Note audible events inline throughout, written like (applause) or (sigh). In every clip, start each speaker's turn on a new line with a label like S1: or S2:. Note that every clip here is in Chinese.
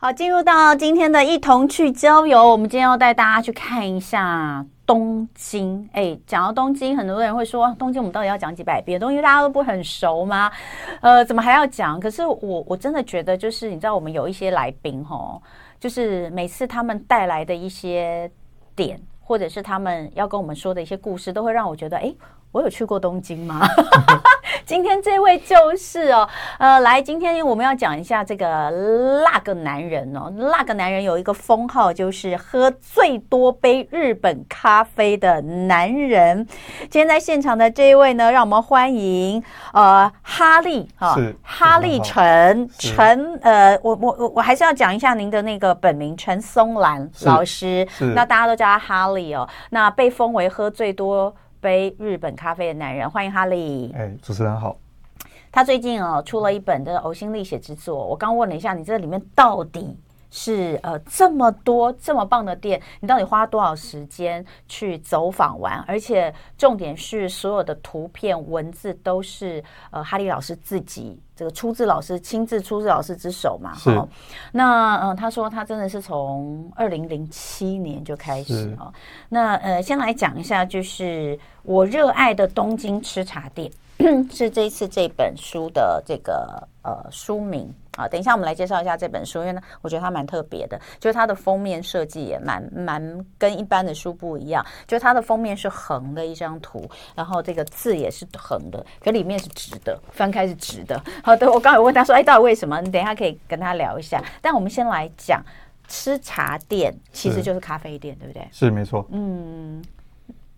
S1: 好，进入到今天的一同去郊游，我们今天要带大家去看一下东京。哎，讲到东京，很多人会说，啊东京我们到底要讲几百遍？东京大家都不很熟吗？呃，怎么还要讲？可是我我真的觉得，就是你知道，我们有一些来宾吼，就是每次他们带来的一些点，或者是他们要跟我们说的一些故事，都会让我觉得，哎，我有去过东京吗？ (laughs) 今天这位就是哦，呃，来，今天我们要讲一下这个那个男人哦，那个男人有一个封号，就是喝最多杯日本咖啡的男人。今天在现场的这一位呢，让我们欢迎呃哈利哈、
S2: 是
S1: 哈利陈
S2: 是
S1: 陈呃，我我我我还是要讲一下您的那个本名陈松兰
S2: 是
S1: 老师，
S2: 是
S1: 那大家都叫他哈利哦，那被封为喝最多。杯日本咖啡的男人，欢迎哈利。
S2: 哎，主持人好，
S1: 他最近哦出了一本的呕心沥血之作，我刚问了一下，你这里面到底是呃这么多这么棒的店，你到底花多少时间去走访完？而且重点是所有的图片文字都是呃哈利老师自己这个出自老师亲自出自老师之手嘛，
S2: 是
S1: 齁那嗯、呃他说他真的是从二零零七年就开始
S2: 是
S1: 哦。那呃，先来讲一下，就是我热爱的东京吃茶店， (clears throat) 是这一次这本书的这个呃书名啊。等一下我们来介绍一下这本书，因为呢，我觉得它蛮特别的，就是它的封面设计也蛮蛮跟一般的书不一样，就是它的封面是横的一张图，然后这个字也是横的，可里面是直的，翻开是直的。 (laughs) 好的，我刚才问他说，哎，到底为什么？你等一下可以跟他聊一下。但我们先来讲吃茶店，其实
S2: 是
S1: 就是咖啡店，对不对？
S2: 是没错。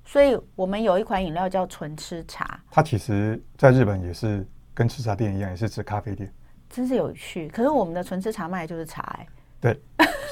S1: 所以我们有一款饮料叫纯吃茶，
S2: 它其实在日本也是跟吃茶店一样，也是指咖啡店。
S1: 真是有趣。可是我们的纯吃茶卖的就是茶、哎，
S2: 对，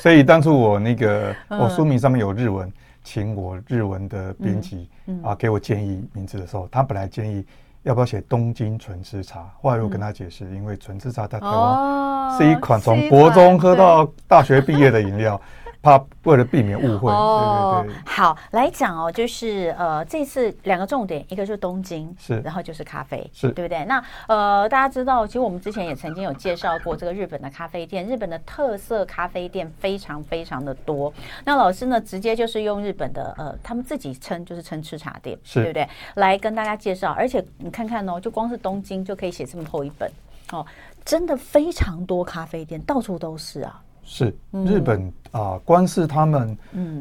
S2: 所以当初我那个我书名上面有日文，请我日文的编辑啊给我建议名字的时候，他本来建议要不要写东京纯吃茶，后来我跟他解释，因为纯吃茶在台湾
S1: 哦
S2: 是一款从国中喝 (laughs) 到大学毕业的饮料，怕为了避免误会，对对对，
S1: 哦好来讲哦，就是呃，这次两个重点，一个就是东京，
S2: 是
S1: 然后就是咖啡，
S2: 是
S1: 对不对？那呃，大家知道，其实我们之前也曾经有介绍过这个日本的咖啡店，日本的特色咖啡店非常非常的多。那老师呢，直接就是用日本的呃，他们自己称就是称吃茶店，
S2: 是
S1: 对不对？来跟大家介绍，而且你看看哦，就光是东京就可以写这么厚一本哦，真的非常多咖啡店，到处都是啊。
S2: 是日本啊、光是他们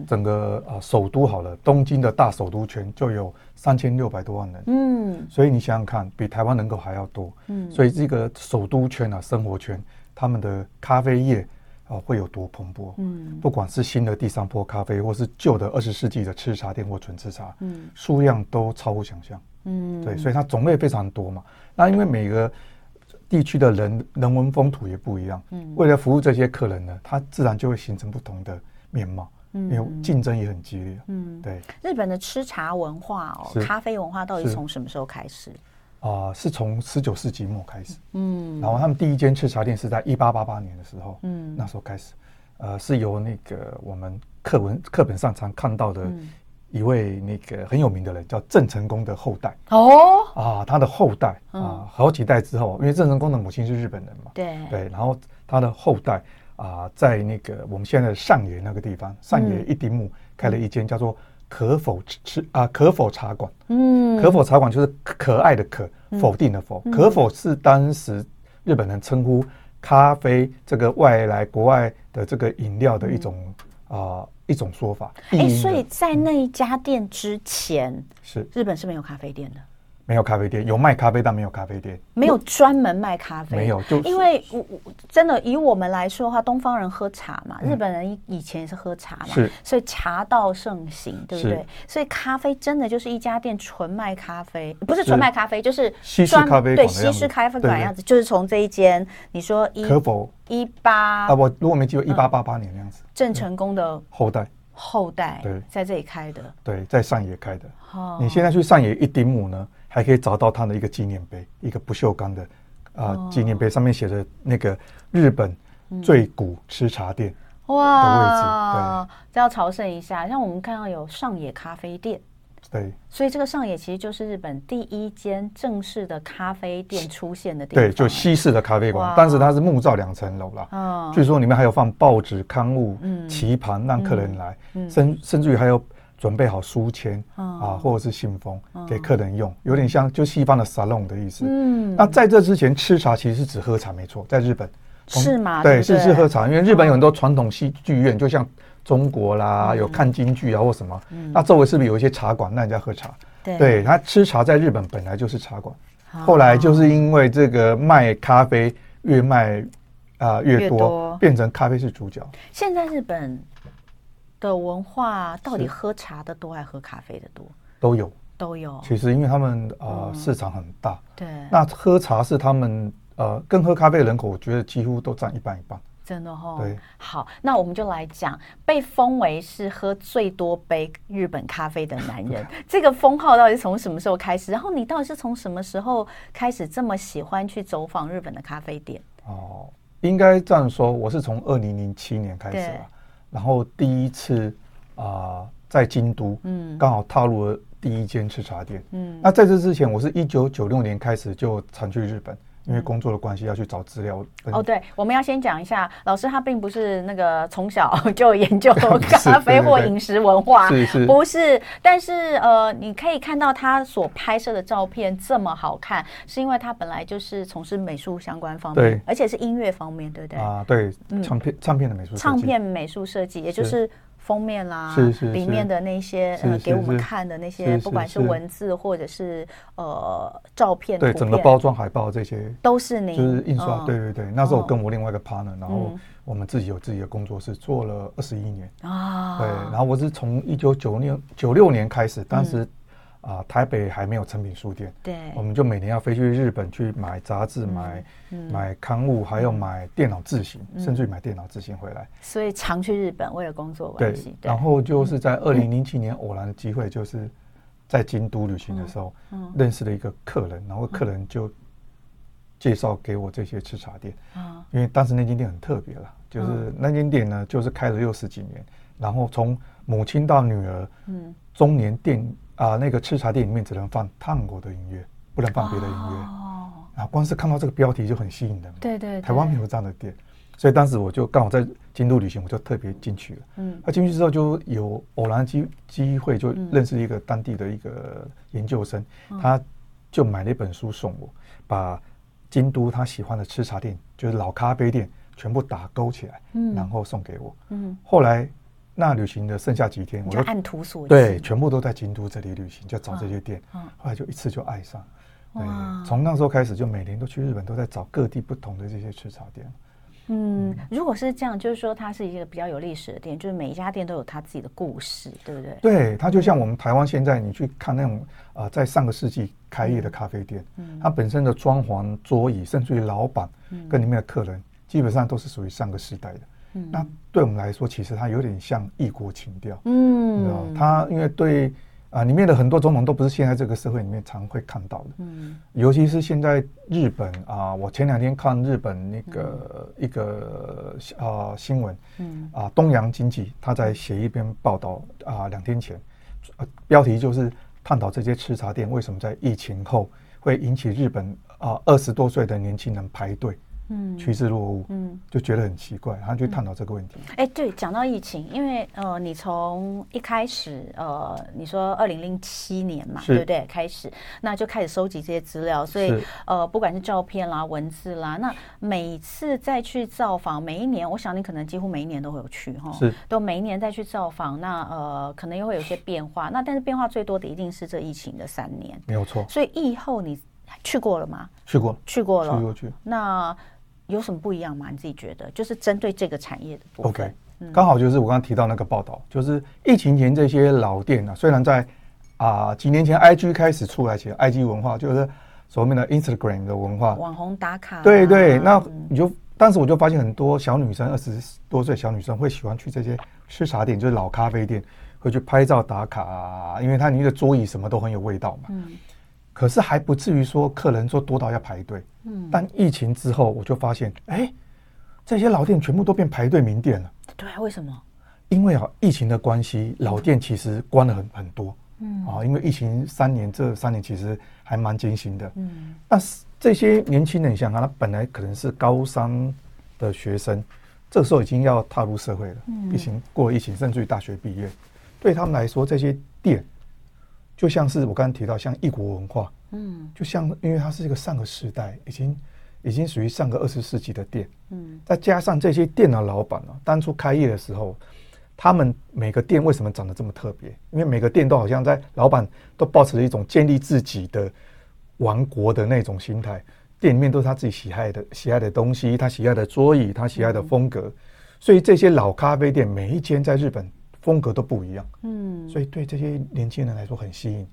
S2: 整个啊、首都好了，东京的大首都圈就有三千六百多万人，
S1: 嗯，
S2: 所以你想想看，比台湾人口还要多。嗯，所以这个首都圈啊，生活圈，他们的咖啡业啊、会有多蓬勃？嗯，不管是新的第三波咖啡，或是旧的二十世纪的吃茶店或纯吃茶，嗯，数量都超乎想象。嗯，对，所以它种类非常多嘛。那因为每个地区的人人文风土也不一样，嗯，为了服务这些客人呢，它自然就会形成不同的面貌，嗯，因为竞争也很激烈，嗯，对，
S1: 日本的吃茶文化哦，
S2: 是
S1: 咖啡文化到底
S2: 是
S1: 从什么时候开始？
S2: 啊、是从十九世纪末开始，嗯，然后他们第一间吃茶店是在一八八八年的时候，嗯，那时候开始，呃，是由那个我们课文课本上常看到的一位那个很有名的人叫郑成功的后代
S1: 哦，
S2: 啊，他的后代啊、
S1: 嗯
S2: 好几代之后，因为郑成功的母亲是日本人嘛，
S1: 对，
S2: 对，然后他的后代啊、在那个我们现在的上野那个地
S1: 嗯
S2: 方，上野一丁目开了一间叫做可否吃吃啊、可否茶馆，
S1: 嗯，
S2: 可否茶馆就是可可爱的可，否定的否。可否是当时日本人称呼咖啡这个外来国外的这个饮料的一种啊、一种说法。意
S1: 嗯哎，
S2: 淫的
S1: 所以在那一家店之前，
S2: 是
S1: 日本是没有咖啡店的，
S2: 没有咖啡店，有卖咖啡但没有咖啡店。
S1: 没有专门卖咖啡，
S2: 没有就是
S1: 因为我我真的以我们来说的话，东方人喝茶嘛，日本人以以前也是喝茶嘛，
S2: 嗯是
S1: 所以茶道盛行，对不
S2: 是
S1: 对？所以咖啡真的就是一家店纯卖咖啡，不是
S2: 是
S1: 纯卖咖啡，就是
S2: 西式
S1: 专
S2: 咖啡馆的
S1: 对
S2: 样
S1: 西
S2: 子
S1: 式咖啡
S2: 对
S1: 馆
S2: 对
S1: 样子，就是从这一间，你说一
S2: 可否
S1: 一八
S2: 啊？我如果没记错，一八八八年那样子，
S1: 郑成功的
S2: 后代
S1: 后代
S2: 嗯对
S1: 在这里开的，
S2: 对，在上野开的。
S1: 哦
S2: 你现在去上野一丁目呢，还可以找到他的一个纪念碑，一个不锈钢的啊、
S1: 哦
S2: 纪念碑，上面写着那个日本最古吃茶店。
S1: 哇，这要朝圣一下。像我们看到有上野咖啡店，
S2: 对
S1: 所以这个上野其实就是日本第一间正式的咖啡店出现的地方。
S2: 对，就西式的咖啡馆
S1: 哇，
S2: 但是它是木造两层楼啦。
S1: 嗯
S2: 据说里面还有放报纸、刊物、棋盘，让客人来，
S1: 嗯
S2: 甚甚至于还有准备好书签
S1: 哦
S2: 啊，或者是信封给客人用，有点像就西方的 salon 的意思。
S1: 嗯，
S2: 那在这之前，吃茶其实是只喝茶，没错，在日本同
S1: 是吗？
S2: 对，
S1: 不
S2: 是是喝茶，因为日本有很多传统戏剧院，就像中国啦，
S1: 嗯
S2: 有看京剧啊或什么，那周围是不是有一些茶馆让人家喝茶？
S1: 对
S2: 对，他吃茶在日本本来就是茶馆，
S1: 啊
S2: 后来就是因为这个卖咖啡越卖啊
S1: 越
S2: 越
S1: 多
S2: 多，变成咖啡是主角。
S1: 现在日本的文化到底喝茶的多还喝咖啡的多？
S2: 都有。
S1: 都有。
S2: 其实因为他们呃市场很大，
S1: 对，
S2: 那喝茶是他们呃跟喝咖啡的人口，我觉得几乎都占一半一半。
S1: 真的哦。
S2: 对
S1: 好，那我们就来讲被封为是喝最多杯日本咖啡的男
S2: (laughs)
S1: 人，这个封号到底是从什么时候开始？然后你到底是从什么时候开始这么喜欢去走访日本的咖啡店？
S2: 哦，应该这样说，我是从二零零七年开始
S1: 对
S2: 吧，然后第一次啊、在京都，
S1: 嗯
S2: 刚好踏入了第一间吃茶店。
S1: 嗯
S2: 那在这之前，我是一九九六年开始就常去日本，因为工作的关系要去找资料。
S1: 哦，，对，我们要先讲一下，老师他并不是那个从小就研究
S2: (laughs) 是
S1: 咖啡
S2: 对对
S1: 或
S2: 对
S1: 饮食文化，
S2: 是是
S1: 啊不是？但是呃，你可以看到他所拍摄的照片这么好看，是因为他本来就是从事美术相关方面
S2: 对，
S1: 而且是音乐方面，对不对？
S2: 啊，对，唱片唱片的美术设
S1: 嗯
S2: 计
S1: 唱片美术设计，也就是封面啦，
S2: 是是
S1: 里
S2: 是
S1: 面的那些
S2: 是
S1: 呃
S2: 是
S1: 给我们
S2: 是
S1: 看的那
S2: 是
S1: 些，
S2: 是
S1: 不管是
S2: 是
S1: 文字或者是呃照片、
S2: 对
S1: 图
S2: 整个
S1: 片
S2: 包装海报这些
S1: 都是你
S2: 就是印刷，
S1: 嗯
S2: 对对对。那时候
S1: 哦
S2: 我跟我另外一个 partner，然后
S1: 嗯
S2: 我们自己有自己的工作室，做了二十一年。
S1: 啊，嗯
S2: 对，然后我是从一九九六九六年开始，当时啊台北还没有成品书店，
S1: 对
S2: 我们就每年要飞去日本去买杂志、买
S1: 嗯
S2: 买刊物，还有买电脑字型，甚至于买电脑字型回来。
S1: 所以常去日本，为了工作关
S2: 对
S1: 系。，对
S2: 然后
S1: 嗯
S2: 就是在二零零七年偶然的机会，就是在京都旅行的时候
S1: 嗯
S2: 认识了一个客人，然后客人就介绍给我这些吃茶店。
S1: 啊，
S2: 因为当时那间店很特别啦，
S1: 嗯
S2: 就是那间店呢，就是开了六十几年，然后从母亲到女儿，
S1: 嗯，
S2: 中年店啊、那个吃茶店里面只能放泰国的音乐，不能放别的音乐。
S1: 哦，
S2: 啊，光是看到这个标题就很吸引人嘛。
S1: 对对，对
S2: 台湾没有这样的店，所以当时我就刚好在京都旅行，我就特别进去了。
S1: 嗯，
S2: 那进去之后就有偶然机机会，就认识一个当地的一个研究生，他就买了一本书送我，把京都他喜欢的吃茶店，就是老咖啡店，全部打勾起来，
S1: 嗯
S2: 然后送给我。
S1: 嗯，
S2: 后来那旅行的剩下几天，
S1: 你
S2: 我
S1: 就
S2: 又
S1: 按图索骥。
S2: 对，全部都在京都这里旅行，就找这些店，
S1: 嗯嗯
S2: 后来就一次就爱上。对
S1: 哇，
S2: 从那时候开始，就每年都去日本，都在找各地不同的这些吃茶店。
S1: 嗯，如果是这样，就是说它是一个比较有历史的店，就是每一家店都有它自己的故事，对不对？
S2: 对，它就像我们台湾现在，你去看那种呃，在上个世纪开业的咖啡店，
S1: 嗯
S2: 它本身的装潢、桌椅，甚至于老板跟里面的客人，基本上都是属于上个时代的。
S1: 嗯
S2: 那对我们来说，其实它有点像异国情调，你知道吗
S1: 嗯，
S2: 它因为对啊、里面的很多种种都不是现在这个社会里面常会看到的，
S1: 嗯
S2: 尤其是现在日本啊、我前两天看日本那个、一个啊、新闻，
S1: 嗯
S2: 啊，东洋经济他在写一篇报道啊，两天前，呃标题就是探讨这些吃茶店为什么在疫情后会引起日本啊二十多岁的年轻人排队
S1: 嗯
S2: 趋之若鹜，
S1: 嗯。
S2: 就觉得很奇怪，他去探讨这个问题。
S1: 哎，对，讲到疫情，因为呃，你从一开始呃，你说二零零七年嘛，
S2: 是
S1: 对不对？开始，那就开始收集这些资料，所以
S2: 是
S1: 呃，不管是照片啦、文字啦，那每次再去造访，每一年，我想你可能几乎每一年都会有去哈，
S2: 是
S1: 都每一年再去造访，那呃，可能又会有些变化，那但是变化最多的一定是这疫情的三年，
S2: 没有错，
S1: 所以疫后你去过了吗？
S2: 去过，
S1: 去过
S2: 去
S1: 了，
S2: 过去。
S1: 那有什么不一样吗？你自己觉得，就是针对这个产业的部分
S2: OK，刚好就是我刚刚提到那个报道，就是疫情前这些老店啊，虽然在啊几年前 IG 开始出来，其实 IG 文化就是所谓的 Instagram 的文化，
S1: 网红打卡啊、
S2: 对对，那你就当时我就发现很多小女生，二十多岁小女生会喜欢去这些吃茶店，就是老咖啡店，会去拍照打卡、啊，因为它里面的桌椅什么都很有味道嘛。
S1: 嗯
S2: 可是还不至于说客人说多到要排队。
S1: 嗯，
S2: 但疫情之后，我就发现，哎，这些老店全部都变排队名店了，
S1: 对啊，为什么？
S2: 哦因为啊疫情的关系，老店其实关了很很多。嗯，啊，因为疫情三年，这三年其实还蛮艰辛的。
S1: 嗯，
S2: 那是这些年轻人，你想看，他本来可能是高三的学生，这时候已经要踏入社会了，疫情过了疫情，甚至于大学毕业，对他们来说，这些店就像是我刚刚提到，像异国文化，
S1: 嗯
S2: 就像因为它是一个上个时代，已经已经属于上个二十世纪的店，
S1: 嗯
S2: 再加上这些店的老板呢、啊，当初开业的时候，他们每个店为什么长得这么特别？因为每个店都好像在老板都保持着一种建立自己的王国的那种心态，店里面都是他自己喜爱的喜爱的东西，他喜爱的桌椅，他喜爱的风格，所以这些老咖啡店每一间在日本风格都不一样。
S1: 嗯
S2: 所以对这些年轻人来说很吸引。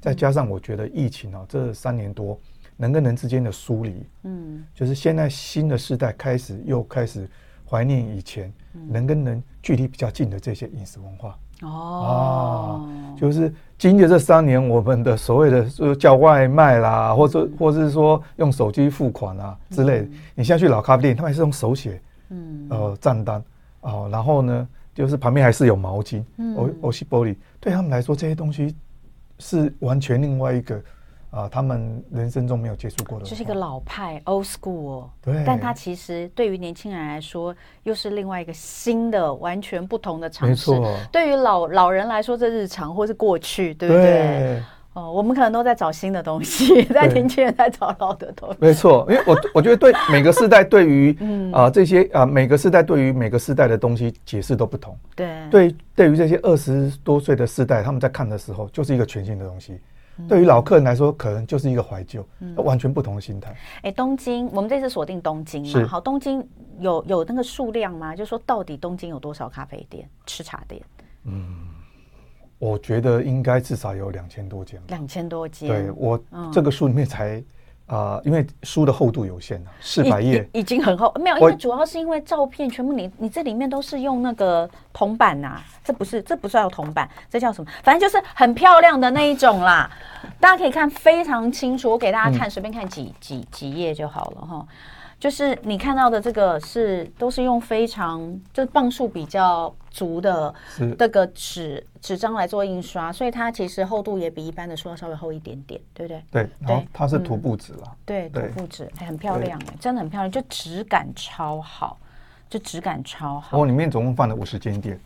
S2: 再加上我觉得疫情啊，这三年多人跟人之间的疏离，
S1: 嗯
S2: 就是现在新的世代开始又开始怀念以前
S1: 嗯
S2: 人跟人距离比较近的这些饮食文化
S1: 哦，
S2: 啊就是经历了这三年，我们的所谓的就是叫外卖啦，或
S1: 嗯
S2: 者或是说用手机付款啊之类的，你现在去老咖啡店，他们还是用手写
S1: 嗯
S2: 呃账单哦，然后呢，就是旁边还是有毛巾，
S1: 嗯
S2: 欧欧西玻璃，对他们来说这些东西是完全另外一个啊、他们人生中没有接触过的文化，
S1: 就是一个老派 old school，、哦、
S2: 对
S1: 但它其实对于年轻人来说，又是另外一个新的、完全不同的尝
S2: 没
S1: 试。
S2: 错，
S1: 对于老老人来说，这日常或是过去，对不对？哦，我们可能都在找新的东西， (laughs) 但年轻人在找老的东西。
S2: 没错，因为我 (laughs) 我觉得对每个世代对于
S1: 嗯
S2: 啊、这些啊、每个世代对于每个世代的东西解释都不同。
S1: 对，
S2: 对，对于这些二十多岁的世代，他们在看的时候，就是一个全新的东西。
S1: 嗯
S2: 对于老客人来说，可能就是一个怀旧，完全不同的心态。
S1: 哎，东京，我们这次锁定东京嘛，
S2: 是
S1: 好，东京有有那个数量吗？就说到底东京有多少咖啡店、吃茶店？
S2: 我觉得应该至少有两千多间吧。
S1: 两千嗯多间，
S2: 对我这个书里面才啊、因为书的厚度有限啊，四百
S1: 已
S2: 页。
S1: 已已经很厚，没有，因
S2: 我
S1: 为主要是因为照片全部你你这里面都是用那个铜板呐、这不是这不是叫铜板，这叫什么？反正就是很漂亮的那一种啦，大家可以看非常清楚，我给
S2: 嗯
S1: 大家看，随便看几几几页就好了哈。就是你看到的这个是都是用非常就是磅数比较足的
S2: 是
S1: 这个纸纸张来做印刷，所以它其实厚度也比一般的书要稍微厚一点点，对不对？
S2: 对，然后
S1: 对嗯
S2: 它是徒步纸啦。
S1: 对，土
S2: 对
S1: 布纸哎很漂
S2: 对
S1: 亮哎，真的很漂亮，就质感超好，就质感超
S2: 然
S1: 好嗯
S2: 后。里面总共放了五十间店，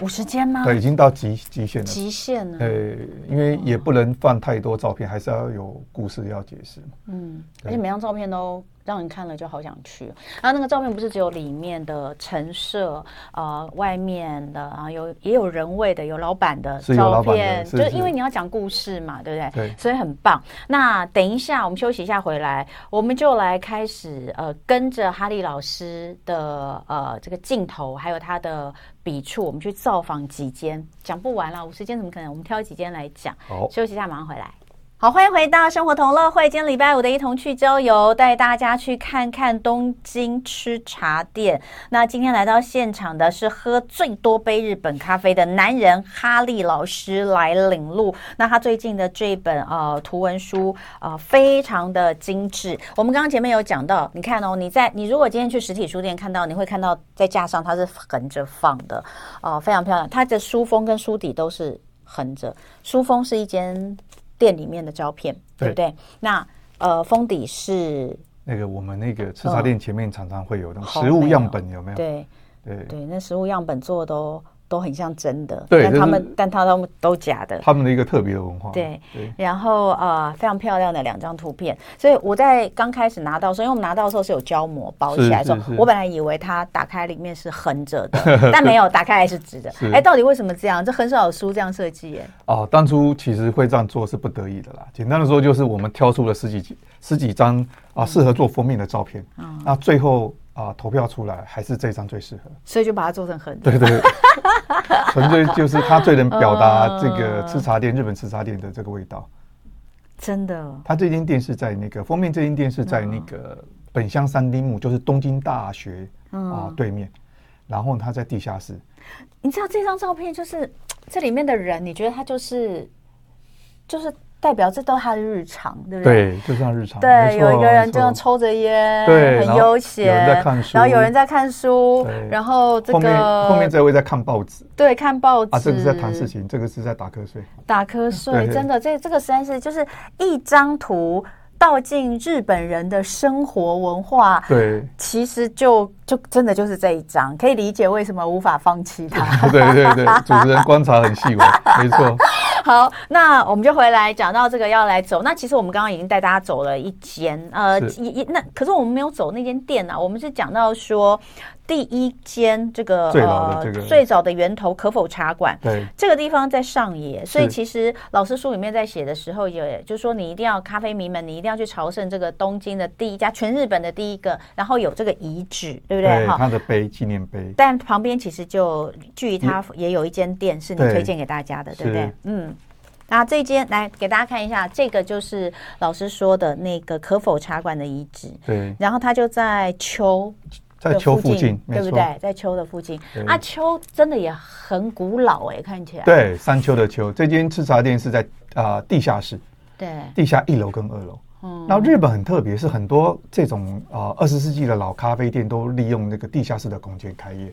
S1: 五十间吗？
S2: 对，已经到极极限了。
S1: 极限呢？
S2: 对，呃因为也不能放太多照片，还是要有故事要解释嘛。
S1: 嗯，而且每张照片都让人看了就好想去。然后那个照片不是只有里面的陈设，呃，外面的，然后有也有人味的，有老板的
S2: 是有
S1: 照
S2: 老板的
S1: 片，
S2: 是
S1: 就是
S2: 是
S1: 因为你要讲故事嘛，对不对？
S2: 对
S1: 所以很棒。那等一下我们休息一下，回来我们就来开始呃，跟着哈利老师的呃这个镜头，还有他的笔触，我们去造访几间，讲不完啦，五十间怎么可能？我们挑几间来讲。
S2: 好，
S1: 休息一下，马上回来。好，欢迎回到生活同乐会。今天礼拜五的一同去郊游，带大家去看看东京吃茶店。那今天来到现场的是喝最多杯日本咖啡的男人哈利老师来领路。那他最近的这本呃图文书呃非常的精致。我们刚刚前面有讲到，你看哦，你在你如果今天去实体书店看到，你会看到在架上它是横着放的，哦、非常漂亮。它的书封跟书底都是横着，书封是一间店里面的照片，对不对？那呃封底是
S2: 那个我们那个吃茶店前面常常会有那种
S1: 好
S2: 食物
S1: 美
S2: 样
S1: 哦
S2: 本，有没有？
S1: 对。
S2: 对，
S1: 对，那食物样本做的都都很像真的，
S2: 对
S1: 但
S2: 就
S1: 他
S2: 是
S1: 们但他们都假的。
S2: 他们的一个特别的文化。
S1: 对
S2: 对，
S1: 然后呃，非常漂亮的两张图片，所以我在刚开始拿到的时候，因为我们拿到的时候是有胶膜包起来的时
S2: 是
S1: 候
S2: 是，是
S1: 我本来以为它打开里面是横着
S2: (laughs)
S1: 的，但没有，打开来是直的。
S2: 是
S1: 哎，到底为什么这样？这很少有书这样设计耶。
S2: 哦，当初其实会这样做是不得已的啦。简单的说，就是我们挑出了十几十几张啊适合做封面的照片，那最后啊投票出来还是这张最适合。 (laughs)
S1: 所以就把它做成横的。
S2: 对对，纯粹就是它最能表达这个
S1: 嗯
S2: 吃茶店、日本吃茶店的这个味道。
S1: 真的，哦
S2: 它这间店是在那个封面，这间店是在那
S1: 嗯
S2: 个本乡三丁目，就是东京大学
S1: 哦
S2: 啊对面。然后它在地下室，
S1: 你知道这张照片就是这里面的人，你觉得他就是就是代表这都他的日常，对不对？
S2: 对，就像日常。没
S1: 对，
S2: 错
S1: 有一个人
S2: 没
S1: 这样
S2: 错
S1: 抽着烟，
S2: 对然
S1: 很
S2: 后
S1: 悠闲，
S2: 有人在看书
S1: 然后有人在看书
S2: 对，
S1: 然后这
S2: 后面后面
S1: 个
S2: 这位在看报纸
S1: 对看报纸
S2: 啊，这个是在谈事情，这个是在打
S1: (laughs)
S2: 瞌睡。
S1: 打瞌睡，
S2: 对
S1: 真的，这这个实在是就是一张图道尽日本人的生活文化。
S2: 对，
S1: 其实就就真的就是这一张，可以理解为什么无法放弃它。
S2: 对对对，主持人观察
S1: (laughs)
S2: 很细微，没错。
S1: 好，那我们就回来讲到这个要来走。那其实我们刚刚已经带大家走了一间，呃，
S2: 是
S1: 一一那可是我们没有走那间店啊，我们是讲到说第一间这个呃
S2: 最老的这个
S1: 最早的源头可否茶馆。
S2: 对
S1: 这个地方在上野，所以
S2: 是
S1: 其实老师书里面在写的时候也，就说你一定要咖啡迷们，你一定要去朝圣这个东京的第一家，全日本的第一个，然后有这个遗址，对不对？
S2: 对，，他的碑纪念碑，
S1: 但旁边其实就距离它也有一间店是你
S2: 对
S1: 推荐给大家的，对不对
S2: 是？
S1: 嗯。那这间来给大家看一下，这个就是老师说的那个可否茶馆的遗址，
S2: 对，
S1: 然后它就在丘
S2: 在
S1: 的
S2: 丘附近，没
S1: 对不
S2: 错。
S1: 对？在丘的附近
S2: 对
S1: 啊，丘真的也很古老哎、看起来
S2: 对，山丘的丘，这间吃茶店是在啊、地下室，
S1: 对
S2: 地下一楼跟二楼。
S1: 嗯
S2: 那日本很特别，是很多这种啊二十世纪的老咖啡店都利用那个地下室的空间开业，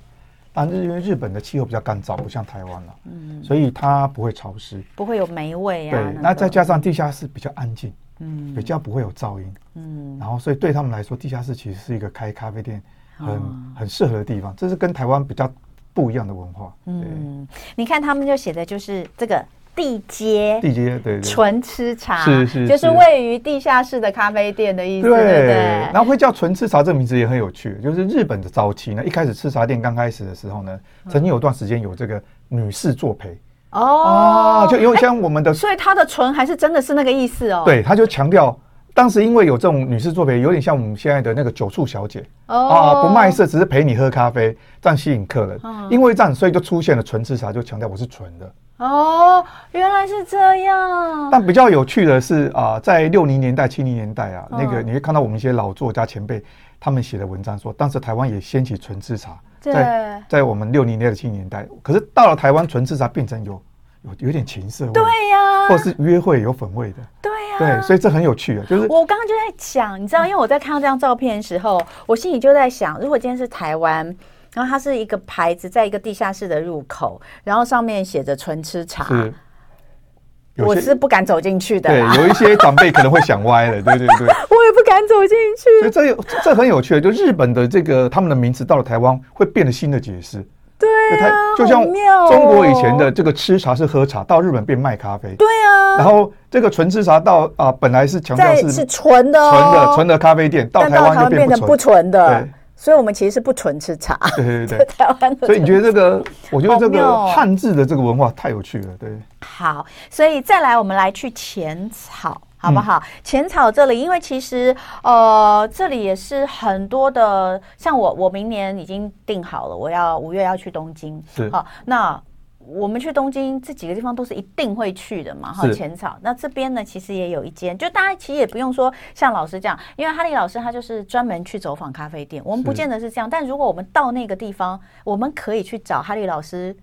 S2: 但是因为日本的气候比较干燥，不像台湾了、
S1: 嗯，
S2: 所以它不会潮湿。
S1: 不会有霉味啊。
S2: 对，
S1: 个
S2: 那再加上地下室比较安静，
S1: 嗯
S2: 比较不会有噪音，
S1: 嗯，
S2: 然后所以对他们来说，地下室其实是一个开咖啡店
S1: 哦
S2: 很很适合的地方，这是跟台湾比较不一样的文化。嗯，
S1: 嗯，你看他们就写的就是这个地街。
S2: 地接对对。
S1: 纯吃茶，
S2: 是是
S1: 就是
S2: 是
S1: 位于地下室的咖啡店的意思，对不
S2: 对
S1: 对，
S2: 然？后会叫纯吃茶这个名字也很有趣，就是日本的早期呢，一开始吃茶店刚开始的时候呢，曾经有段时间有这个女士作陪
S1: 嗯哦哎
S2: 啊，，就有像我们的，
S1: 所以它的纯还是真的是那个意思哦。，
S2: 对，他就强调，当时因为有这种女士作陪，有点像我们现在的那个酒醋小姐，
S1: 哦
S2: 啊，不卖色，只是陪你喝咖啡，这样吸引客人。
S1: 嗯
S2: 因为这样，所以就出现了纯吃茶，就强调我是纯的。
S1: 哦，原来是这样。
S2: 但比较有趣的是啊、在六零年代、七零年代啊，
S1: 嗯
S2: 那个你会看到我们一些老作家前辈他们写的文章说，当时台湾也掀起纯吃茶，
S1: 对
S2: 在在我们六零年代、七零年代，可是到了台湾，纯吃茶变成有有有点情色味，
S1: 对呀，
S2: 或是约会有粉味的，
S1: 对呀，
S2: 对，所以这很有趣啊，就是
S1: 我刚刚就在想，你知道，因为我在看到这张照片的时候，我心里就在想，如果今天是台湾，然后它是一个牌子，在一个地下室的入口，然后上面写着“纯吃茶
S2: 是”，有
S1: 我
S2: 些
S1: 是不敢走进去的
S2: 对
S1: 啦，
S2: 有一些长辈可能会想歪了，对对对。
S1: (laughs) 我也不敢走进
S2: 所
S1: 去。
S2: 以这有这很有趣，就日本的这个他们的名词到了台湾会变得新的解释。
S1: 对
S2: 它
S1: 啊，
S2: 就
S1: 好
S2: 像
S1: 妙哦
S2: 中国以前的这个吃茶是喝茶，到日本变卖咖啡，
S1: 对啊，
S2: 然后这个纯吃茶到啊、本来是强调
S1: 在
S2: 是
S1: 是
S2: 纯
S1: 纯的哦，
S2: 的纯的咖啡店，到
S1: 但
S2: 台
S1: 到
S2: 湾
S1: 台
S2: 就
S1: 湾
S2: 变
S1: 变
S2: 不
S1: 成不
S2: 纯。
S1: 纯的
S2: 对，
S1: 所以我们其实是不纯吃茶。 (laughs)
S2: 对对对
S1: 在
S2: 对。
S1: 台湾的，
S2: 所以你觉得这个，我觉得这
S1: 好妙
S2: 个
S1: 哦
S2: 汉字的这个文化太有趣了，对，
S1: 好，所以再来，我们来去浅草。好不好？
S2: 嗯
S1: 浅草这里，因为其实呃，这里也是很多的，像我，我明年已经定好了，我要五月要去东京。
S2: 是
S1: 好，那我们去东京这几个地方都是一定会去的嘛。哈，
S2: 是
S1: 浅草。那这边呢，其实也有一间，就大家其实也不用说像老师这样，因为哈利老师他就是专门去走访咖啡店，我们不
S2: 是
S1: 见得是这样。但如果我们到那个地方，我们可以去找哈利老师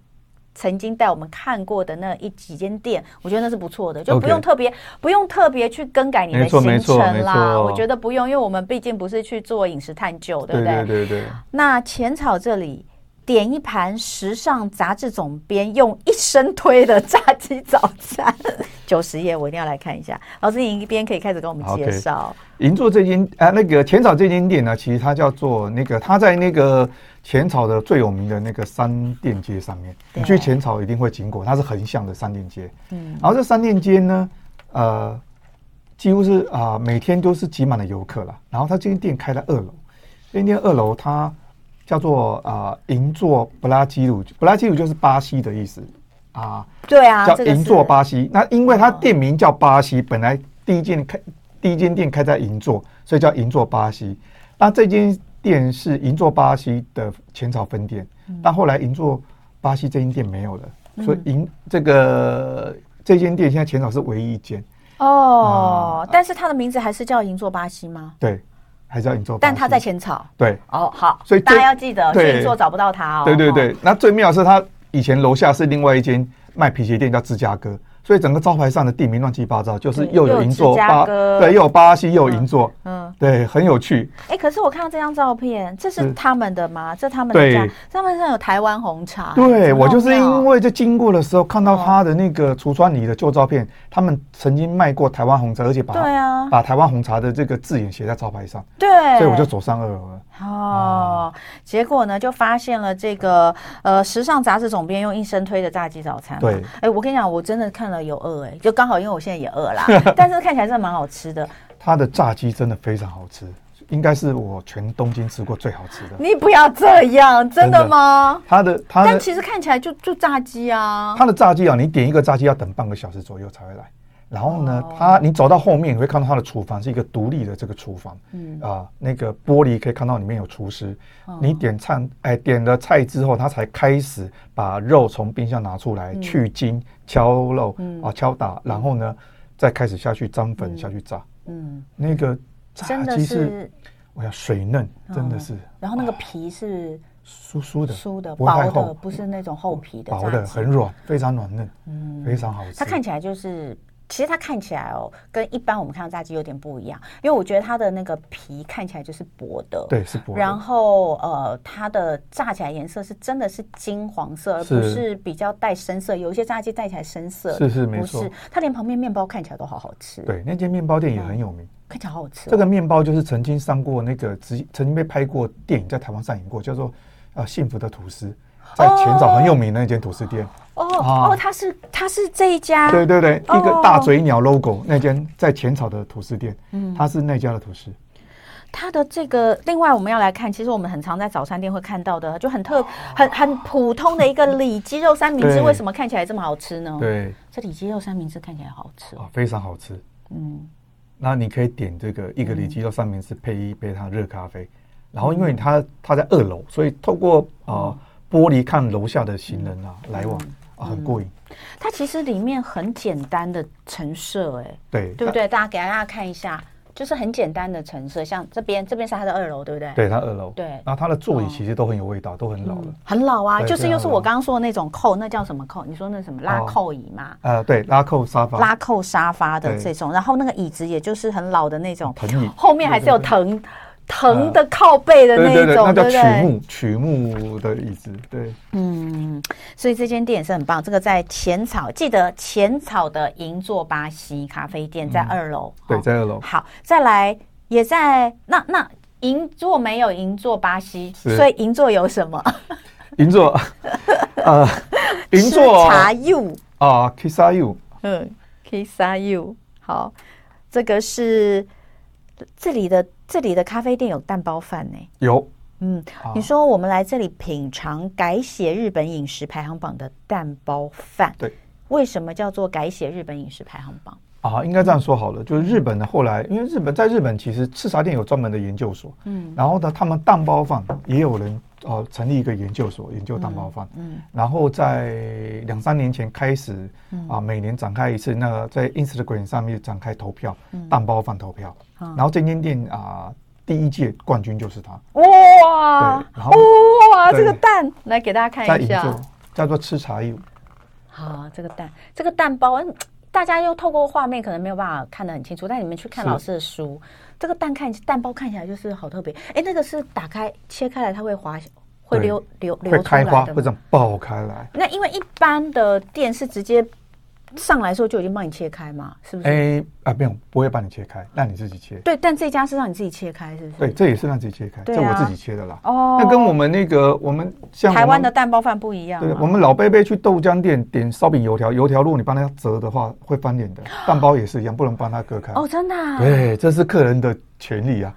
S1: 曾经带我们看过的那一几间店，我觉得那是不错的，就不
S2: OK
S1: 用特别不用特别去更改你的
S2: 没错
S1: 行
S2: 没错
S1: 程
S2: 没
S1: 啦。
S2: 错
S1: 我觉得不用，因为我们毕竟不是去做饮食探究，对不
S2: 对
S1: 对？
S2: 对对对，
S1: 那浅草这里。点一盘时尚杂志总编用一生推的炸鸡早餐， (laughs) 九十页，我一定要来看一下。老师，你一边可以开始跟我们介
S2: OK
S1: 绍。
S2: 银座这间啊，那个浅草这间店呢，其实它叫做那个，它在那个浅草的最有名的那个三店街上面。
S1: 对
S2: 你去浅草一定会经过，它是横向的三店街。
S1: 嗯
S2: 然后这三店街呢，呃，几乎是啊、每天都是挤满了游客了。然后它这间店开在二楼，这间店二楼它叫做啊、银座布拉基鲁，布拉基鲁就是巴西的意思啊。
S1: 对啊，
S2: 叫
S1: 这个
S2: 银
S1: 是哦
S2: 座巴西。那因为它店名叫巴西，本来第一间开第一间店开在银座，所以叫银座巴西。那这间店是银座巴西的浅草分店，
S1: 嗯
S2: 但后来银座巴西这间店没有了，所以银这个这间店现在浅草是唯一一间，啊
S1: 哦，但是它的名字还是叫银座巴西吗？
S2: 对，还叫银座巴西。
S1: 但它在浅草。
S2: 对
S1: 哦，好，
S2: 所以
S1: 大
S2: 这
S1: 家要记得
S2: 对
S1: 去银座找不到他哦。
S2: 对对
S1: 哦，
S2: 对，那最妙的是它以前楼下是另外一间卖皮鞋店叫芝加哥，所以整个招牌上的地名乱七八糟，就是
S1: 对
S2: 又
S1: 又
S2: 有
S1: 有
S2: 银
S1: 芝
S2: 座
S1: 加
S2: 巴，
S1: 哥
S2: 对，又有巴西，又有银座，
S1: 嗯，
S2: 对，很有趣。
S1: 哎，可是我看到这张照片，这是
S2: 是
S1: 他们的吗？这他们的
S2: 对
S1: 家，他们上有台湾红茶。
S2: 对
S1: 怎么
S2: 我就是
S1: 弄到
S2: 因为就经过的时候看到
S1: 哦
S2: 他的那个橱窗里的旧照片，他们曾经卖过台湾红茶，而且把
S1: 对啊，
S2: 把台湾红茶的这个字眼写在招牌上，
S1: 对，
S2: 所以我就嗯走上二楼了。
S1: 哦，结果呢，就发现了这个呃，时尚杂志总编用一生推的炸鸡早餐。
S2: 对，
S1: 哎，我跟你讲，我真的看了有饿，哎，就刚好因为我现在也饿
S2: (laughs)
S1: 啦，但是看起来真的蛮好吃的。
S2: 它的炸鸡真的非常好吃，应该是我全东京吃过最好吃的。
S1: 你不要这样，真的
S2: 真的
S1: 吗？
S2: 它的它
S1: 但
S2: 的
S1: 其实看起来就就炸鸡啊。
S2: 它的炸鸡啊，你点一个炸鸡要等半个小时左右才会来。然后呢
S1: 哦，
S2: 它你走到后面，你会看到它的厨房是一个独立的这个厨房，
S1: 嗯
S2: 啊、那个玻璃可以看到里面有厨师。
S1: 哦
S2: 你点菜，哎，点了菜之后，他才开始把肉从冰箱拿出来、去筋、敲肉啊、
S1: 嗯
S2: 敲打，然后呢，再开始下去沾粉、下去炸。
S1: 嗯，
S2: 那个
S1: 真
S2: 炸
S1: 的
S2: 鸡是，
S1: 是，
S2: 我要水嫩，真的
S1: 嗯
S2: 是
S1: 然后那个皮是
S2: 酥酥的，
S1: 酥的、
S2: 不会太
S1: 薄的，
S2: 厚，
S1: 不是那种厚皮的
S2: 薄
S1: 炸
S2: 的
S1: 鸡
S2: 很软，非常软嫩，
S1: 嗯
S2: 非常好吃。
S1: 它看起来就是，其实它看起来哦，跟一般我们看到炸鸡有点不一样，因为我觉得它的那个皮看起来就是薄的，，
S2: 对是薄的，
S1: 然后呃，它的炸起来颜色是真的是金黄色，而
S2: 是
S1: 不是比较带深色。有一些炸鸡带起来深色，
S2: 是是没
S1: 不
S2: 错
S1: 是，它连旁边面包看起来都好好吃，，
S2: 对，那间面包店也很有名。
S1: 看起来好好吃哦、
S2: 这个面包就是曾经上过那个，曾曾经被拍过电影，在台湾上映过，叫做呃《幸福的吐司》，在前早很有名的那间吐司店。
S1: 哦、
S2: 啊
S1: 哦，它是它是这一家，
S2: 对对对，
S1: 哦
S2: 一个大嘴鸟 logo 那间在前草的吐司店，
S1: 嗯
S2: 它是那家的吐司。
S1: 它的这个，另外我们要来看，其实我们很常在早餐店会看到的，就很特、很很普通的一个里脊肉三明治，
S2: 哦对
S1: 为什么看起来这么好吃呢？，
S2: 对
S1: 这里脊肉三明治看起来好吃哦
S2: 啊，。非常好吃。
S1: 嗯，
S2: 那你可以点这个一个里脊肉上面是配一杯它热咖啡，然后因
S1: 嗯
S2: 为它它在二楼，所以透过
S1: 哦
S2: 啊、呃玻璃看楼下的行人
S1: 嗯
S2: 啊来往啊，很过瘾。
S1: 它其实里面很简单的陈设，哎，
S2: 对
S1: 对不？对？大家给大家看一下，就是很简单的陈设，像这边这边是它的二楼，对不对？
S2: 对，它二楼。
S1: 对哦
S2: 然后它的座椅其实都很有味道，都很老了。
S1: 很老啊，
S2: 对
S1: 就是
S2: 非常
S1: 又是我刚刚说的那种扣，那叫什么扣？你说那什么拉
S2: 哦
S1: 扣椅嘛？
S2: 呃，对，拉扣沙发，
S1: 拉扣沙发的
S2: 对
S1: 这种，然后那个椅子也就是很老的那种
S2: 藤椅，
S1: 后面还是有藤藤的靠背的
S2: 对
S1: 那
S2: 对
S1: 一
S2: 对，
S1: 种，
S2: 那叫
S1: 不
S2: 曲
S1: 对？
S2: 目曲目的椅子，对，
S1: 嗯，所以这间店也是很棒。这个在浅草，记得浅草的银座巴西咖啡店在二楼，
S2: 嗯对，
S1: 哦
S2: 在二楼。
S1: 好，再来也在那那银座没有银座巴西，
S2: 是
S1: 所以银座有什么？
S2: 银座， (laughs) 呃，银座
S1: 茶柚，
S2: 啊，Kisayu，
S1: 嗯，Kisa You，好，这个是这里的这里的咖啡店有蛋包饭呢。
S2: 有
S1: 嗯，
S2: 啊
S1: 你说我们来这里品尝改写日本饮食排行榜的蛋包饭，
S2: 对，
S1: 为什么叫做改写日本饮食排行榜？
S2: 啊，应该这样说好了，就是日本的后来，因为日本在日本其实吃茶店有专门的研究所，
S1: 嗯
S2: 嗯，然后呢，他们蛋包饭也有人呃成立一个研究所研究蛋包饭，
S1: 嗯，
S2: 然后在两三年前开始
S1: 嗯
S2: 啊，每年展开一次那个在 Instagram 上面展开投票，
S1: 嗯
S2: 蛋包饭投票，
S1: 啊
S2: 然后这间店啊第一届冠军就是它，
S1: 哇
S2: 对然后
S1: 哇，
S2: 对
S1: 这个蛋来给大家
S2: 在
S1: 看一
S2: 银
S1: 下，
S2: 座叫做吃茶柚，
S1: 好，这个蛋，这个蛋包，嗯大家又透过画面可能没有办法看得很清楚，但你们去看
S2: 是
S1: 老师的书，这个蛋看蛋包看起来就是好特别。哎，那个是打开切开来，它会滑，会
S2: 对
S1: 流流
S2: 会
S1: 流出来
S2: 开花，
S1: 的
S2: 会这
S1: 吗。
S2: 样爆开来。
S1: 那因为一般的店是直接上来的时候就已经帮你切开嘛，是不是？
S2: 哎啊，没有，不会帮你切开，让你自己切。
S1: 对，但这家是让你自己切开，是不是？
S2: 对，这也是让自己切开，
S1: 对
S2: 这我
S1: 啊
S2: 自己切的啦。
S1: 哦，
S2: 那跟我们那个我们像
S1: 台
S2: 我
S1: 湾
S2: 们
S1: 的蛋包饭不一样
S2: 对，
S1: 啊。
S2: 我们老贝贝去豆浆店点烧饼油条，油条如果你帮他折的话，会
S1: (gasps)
S2: 翻脸的。蛋包也是一样，不能帮他割开。
S1: 哦，真的、啊。
S2: 对，这是客人的权利啊。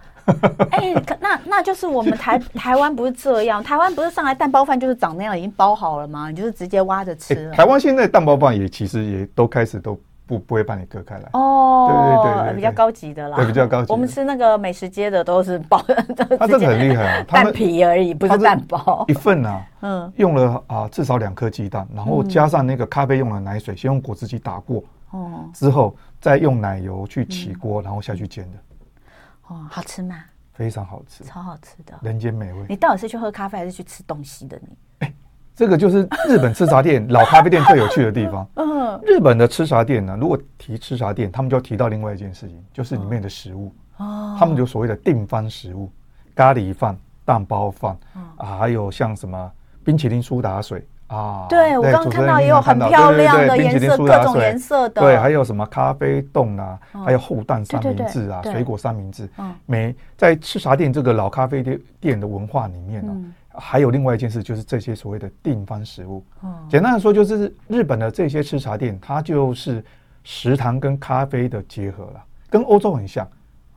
S1: 哎、可 (laughs) 那那就是我们台台湾不是这样，台湾不是上来蛋包饭就是长那样，已经包好了吗？你就是啊直接挖着吃
S2: 哎
S1: 了。
S2: 台湾现在蛋包饭也其实也都开始都不不会帮你割开来，
S1: 哦，
S2: 对对对对
S1: 比较
S2: 对
S1: 高级的啦，
S2: 对比较高级的
S1: 我们吃那个美食街的都是包， (laughs)
S2: 他
S1: 直
S2: 真的
S1: 接
S2: 很厉害啊，他
S1: 蛋
S2: 们
S1: 皮而已，不是
S2: 它是
S1: 蛋包
S2: 一。份啊。
S1: 嗯，
S2: 用了啊至少两颗鸡蛋，然后加上那个咖啡用的奶水，先用果汁机打过，
S1: 哦，
S2: 之后再用奶油去起锅，然后下去煎的，
S1: 哦，好吃吗？
S2: 非常好吃，
S1: 超好吃的。
S2: 人间美味。
S1: 你到底是去喝咖啡还是去吃东西的？你
S2: 这个就是日本吃茶店、老咖啡店最有趣的地方。
S1: 嗯
S2: 日本的吃茶店呢，如果提吃茶店，他们就要提到另外一件事情，就是里面的食物，
S1: 哦，
S2: 他们有所谓的定番食物，咖喱饭、蛋包饭、
S1: 嗯
S2: 啊，还有像什么冰淇淋苏打水啊。
S1: 对我刚
S2: 主持
S1: 看
S2: 人
S1: 到
S2: 你
S1: 也有
S2: 看
S1: 很
S2: 到
S1: 漂
S2: 对对
S1: 亮
S2: 对
S1: 的
S2: 冰
S1: 颜
S2: 淇淋
S1: 色，
S2: 苏
S1: 各
S2: 打
S1: 种
S2: 水
S1: 颜色的，
S2: 对，还有什么咖啡冻啊，还有厚蛋三
S1: 对
S2: 明
S1: 对
S2: 治啊，
S1: 对
S2: 水果三明治
S1: 嗯。
S2: 每在吃茶店这个老咖啡店店的文化里面呢、
S1: 嗯
S2: 还有另外一件事，就是这些所谓的定番食物。
S1: 哦
S2: 简单的说，就是日本的这些吃茶店，它就是食堂跟咖啡的结合了，跟欧洲很像。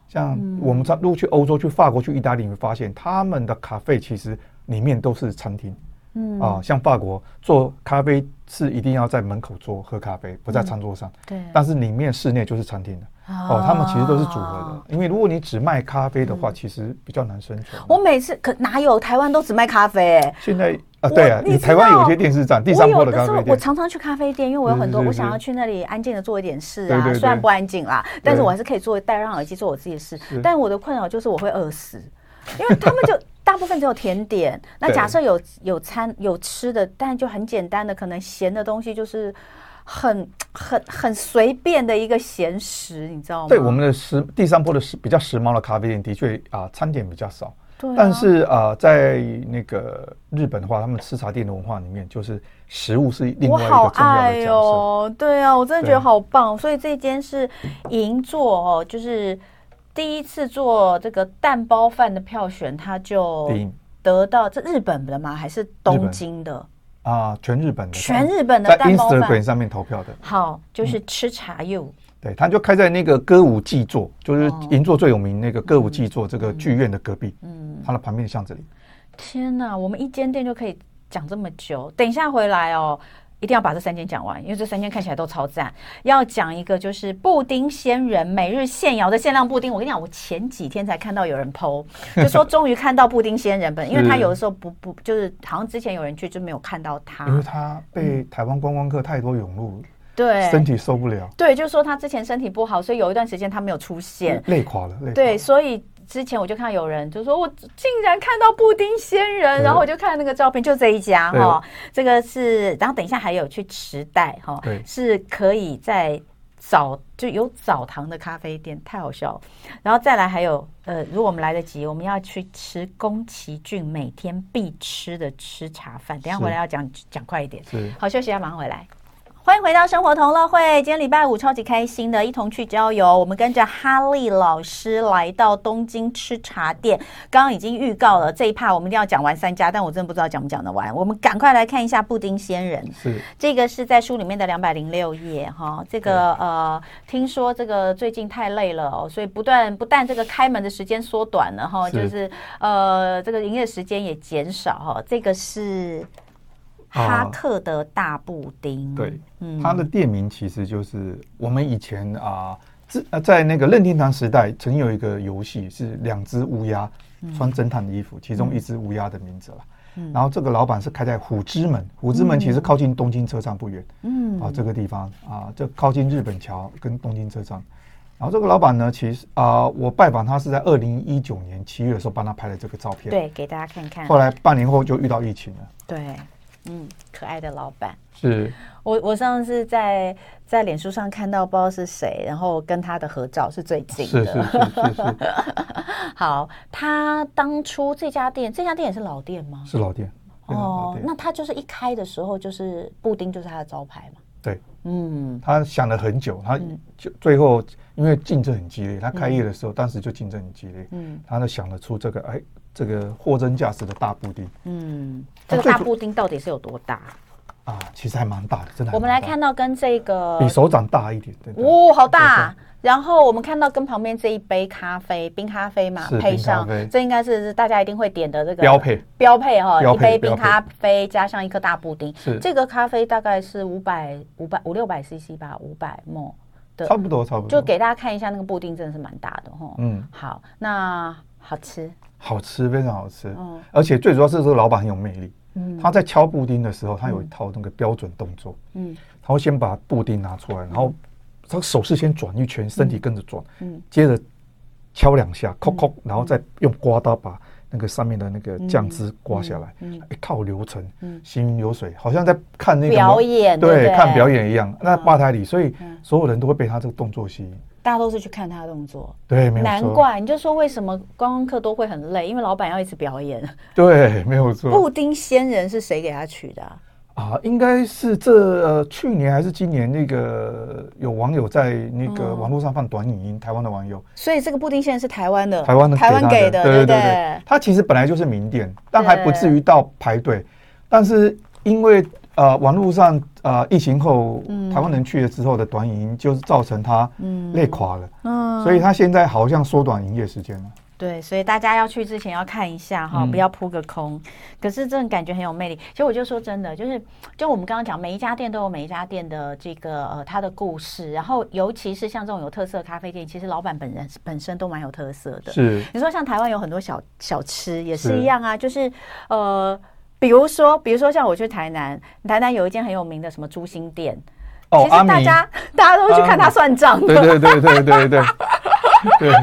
S2: 像
S1: 嗯
S2: 我们在如果去欧洲、去法国、去意大利，你会发现他们的咖啡其实里面都是餐厅。
S1: 嗯
S2: 啊，像法国做咖啡是一定要在门口做喝咖啡，不在餐桌上。
S1: 对，
S2: 但是里面室内就是餐厅的。哦，他们其实都是组合的，因为如果你只卖咖啡的话，其实比较难生存。
S1: 嗯我每次可哪有台湾都只卖咖啡、欸，
S2: 现在
S1: 我
S2: 啊，对啊，
S1: 你
S2: 你
S1: 知
S2: 台湾有
S1: 道
S2: 些电视站，第
S1: 我
S2: 三
S1: 有
S2: 波的
S1: 的
S2: 咖
S1: 时
S2: 啡
S1: 候，我
S2: 店，
S1: 常常去咖啡店，因为我有
S2: 是
S1: 很多
S2: 是
S1: 我
S2: 是
S1: 想要去那里安静的做一点事
S2: 对
S1: 啊。
S2: 对对
S1: 虽然不安静啦，但是我还是可以做戴上耳机做我自己的事
S2: 是。
S1: 但我的困扰就是我会饿死，因为他们就大部分只有甜点。
S2: (laughs)
S1: 那
S2: 对
S1: 假设有有餐有吃的，但就很简单的，可能咸的东西就是很很很随便的一个咸食，你知道吗？
S2: 对我们的时第三波的时比较时髦的咖啡店，的确啊，餐点比较少。
S1: 对啊，
S2: 但是啊，在那个日本的话，他们吃茶店的文化里面，就是食物是另
S1: 我
S2: 外一
S1: 好
S2: 个重要
S1: 爱
S2: 的角色。
S1: 哦，对啊，我真的觉
S2: 对
S1: 得好棒。所以这间是银座哦，就是第一次做这个蛋包饭的票选，他就
S2: 第一
S1: 得到这日本的吗？还是东京的？
S2: 啊，全日本的，
S1: 全日本的
S2: 在
S1: 蛋包
S2: Instagram
S1: 饭。
S2: 上面投票的，
S1: 好，就是吃茶柚。
S2: 对，他就开在那个歌舞伎座，就是
S1: 哦
S2: 银座最有名那个歌舞伎座这个剧院的隔壁，
S1: 嗯，
S2: 它的旁边的巷子里。
S1: 天哪，我们一间店就可以讲这么久。等一下回来哦，一定要把这三间讲完，因为这三间看起来都超赞。要讲一个就是布丁仙人每日现摇的限量布丁，我跟你讲，我前几天才看到有人 PO，就说终于看到布丁仙人本，因为他有的时候不不就是好像之前有人去就没有看到
S2: 因为
S1: 他，
S2: 它被台湾观光客太多涌入，
S1: 嗯对
S2: 身体受不了，
S1: 对，就是说他之前身体不好，所以有一段时间他没有出现。
S2: 累垮了，累垮了。
S1: 对，所以之前我就看到有人就说，我竟然看到布丁仙人，
S2: 对
S1: 然后我就看那个照片，就这一家
S2: 对
S1: 哈，这个是，然后等一下还有去池袋哈
S2: 对，
S1: 是可以在澡就有澡堂的咖啡店，太好笑了。然后再来还有呃，如果我们来得及，我们要去吃宫崎骏每天必吃的吃茶饭，等一下
S2: 是
S1: 回来要讲讲快一点。
S2: 是。
S1: 好，休息一下，马上回来。欢迎回到生活同乐会，今天礼拜五超级开心的，一同去郊游。我们跟着哈利老师来到东京吃茶店，刚刚已经预告了这一趴，我们一定要讲完三家，但我真的不知道讲不讲得完。我们赶快来看一下布丁仙人，
S2: 是
S1: 这个是在书里面的两百零六页哈。这个呃，听说这个最近太累了哦，所以不断不但这个开门的时间缩短了哈，
S2: 是
S1: 就是呃这个营业时间也减少哈。这个是哈
S2: 啊
S1: 特的大布丁，
S2: 对，
S1: 嗯
S2: 它的店名其实就是我们以前啊，自呃在那个任天堂时代，曾有一个游戏是两只乌鸦
S1: 嗯
S2: 穿侦探的衣服，其中一只乌鸦的名字了。然后这个老板是开在虎之门，虎之门其实靠近东京车站不远、
S1: 嗯
S2: 啊，这个地方啊，这靠近日本桥跟东京车站。然后这个老板呢，其实啊，我拜访他是在二零一九年七月的时候帮他拍了这个照片。。
S1: 对，给大家看看，
S2: 后来半年后就遇到疫情了。
S1: 对，嗯，可爱的老板。
S2: 是。
S1: 我我上次在在脸书上看到不知道是谁，然后跟他的合照是最近
S2: 是是
S1: 的。
S2: 是是是
S1: 好，他当初这家店，这家店也是老店吗？(laughs)
S2: 是老店。非常老
S1: 哦，
S2: 店
S1: 那他就是一开的时候就是布丁就是他的招牌嘛。
S2: 对，
S1: 嗯，
S2: 他想了很久，他就最后因为竞争很激烈，他开业的时候当时就竞争很激烈，
S1: 嗯
S2: 嗯，他就想得出这个哎，这个货真价实的大布丁
S1: 嗯，这
S2: 他
S1: 个
S2: 最
S1: 大
S2: 初
S1: 布丁到底是有多大？
S2: 啊，其实还蛮大的，真的还蛮大的。
S1: 我们来看到跟这个
S2: 比手掌大一点，对对
S1: 哦，好大！然后我们看到跟旁边这一杯咖啡，冰咖啡嘛，
S2: 是
S1: 配
S2: 冰咖
S1: 上
S2: 啡
S1: 这应该是是大家一定会点的这个
S2: 标配
S1: 标配哈、
S2: 标
S1: 一杯
S2: 配
S1: 冰
S2: 标配
S1: 咖啡加上一颗大布丁，
S2: 是
S1: 这个咖啡大概是五百五百五六百 CC 吧，五百 m 的
S2: 差，不多差不多，
S1: 就给大家看一下那个布丁真的是蛮大的哈。
S2: 嗯，
S1: 好，那好吃，
S2: 好吃，非常好吃
S1: 嗯，
S2: 而且最主要是这个老板很有魅力，
S1: 嗯
S2: 他在敲布丁的时候，他有一套那个标准动作，
S1: 嗯
S2: 他会先把布丁拿出来，然后他手势先转一圈，身体跟着转，
S1: 嗯
S2: 接着敲两下，扣扣，然后再用刮刀把那个上面的那个酱汁刮下来，哎
S1: 嗯
S2: 一套流程
S1: 嗯，
S2: 行云流水，好像在看那个
S1: 表
S2: 某
S1: 演对不
S2: 对，
S1: 对
S2: 看表演一样。那吧台里，所以
S1: 嗯
S2: 所有人都会被他这个动作吸引。
S1: 大家都是去看他的动作，
S2: 对，没有错。
S1: 难怪你就说为什么观光客都会很累，因为老板要一直表演。
S2: 对，没有错
S1: 布丁仙人是谁给他取的啊、
S2: 啊，应该是这、呃、去年还是今年那个有网友在那个
S1: 嗯
S2: 网络上放短影音，台湾的网友，
S1: 所以这个布丁仙人是台湾的，
S2: 台湾的
S1: 台湾给的，
S2: 对
S1: 不
S2: 对对，它其实本来就是名店，但还不
S1: 对
S2: 至于到排队，但是因为呃网络上呃疫情后，
S1: 嗯
S2: 台湾人去了之后的短影音，就是造成它累垮了，
S1: 嗯，
S2: 所以它现在好像缩短营业时间了。
S1: 对，所以大家要去之前要看一下哈，
S2: 嗯
S1: 不要扑个空。可是这种感觉很有魅力。其实我就说真的，就是就我们刚刚讲，每一家店都有每一家店的这个呃它的故事，然后尤其是像这种有特色的咖啡店，其实老板本人本身都蛮有特色的。
S2: 是，
S1: 你说像台湾有很多小小吃也是
S2: 是
S1: 一样啊，就是呃，比如说比如说像我去台南，台南有一间很有名的什么猪心店，
S2: 哦
S1: 其实大家大家都会去看他算账的，
S2: 对对对对对 (laughs) 对对。
S1: (laughs)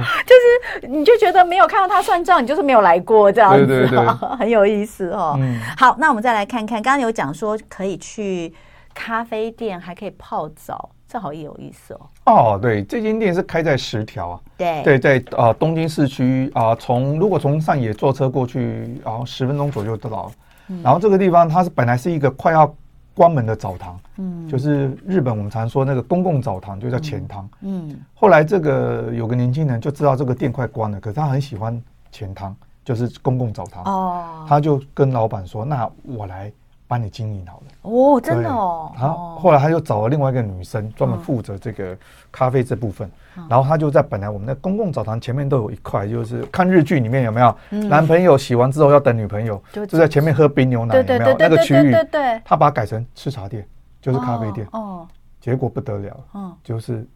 S1: 你就觉得没有看到他算账，你就是没有来过这样子、啊，
S2: 对对对
S1: (laughs) 很有意思哦。
S2: 嗯
S1: 好，那我们再来看看，刚刚有讲说可以去咖啡店，还可以泡澡，这好有意思哦。
S2: 哦，对，这间店是开在十条啊，
S1: 对
S2: 对，在啊东京市区啊，从如果从上野坐车过去，然后十分钟左右就到了。
S1: 嗯
S2: 然后这个地方它是本来是一个快要关门的澡堂，
S1: 嗯
S2: 就是日本我们常说那个公共澡堂就叫钱堂。
S1: 嗯
S2: 后来这个有个年轻人就知道这个店快关了，可是他很喜欢钱堂，就是公共澡堂，
S1: 哦
S2: 他就跟老板说：“那我来帮你经营好了。”
S1: 哦，真的哦，
S2: 然后后来他就找了另外一个女生，专门负责这个咖啡这部分。
S1: 嗯
S2: 然后他就在本来我们的公共澡堂前面都有一块，就是看日剧里面有没有男朋友洗完之后要等女朋友，
S1: 嗯就
S2: 就在前面喝冰牛奶，
S1: 对对
S2: 有没
S1: 对
S2: 有
S1: 对
S2: 那个
S1: 对
S2: 区
S1: 对
S2: 域
S1: 对？对，
S2: 他把它改成吃茶店，就是咖啡店。
S1: 哦
S2: 结果不得了，
S1: 哦嗯
S2: 就是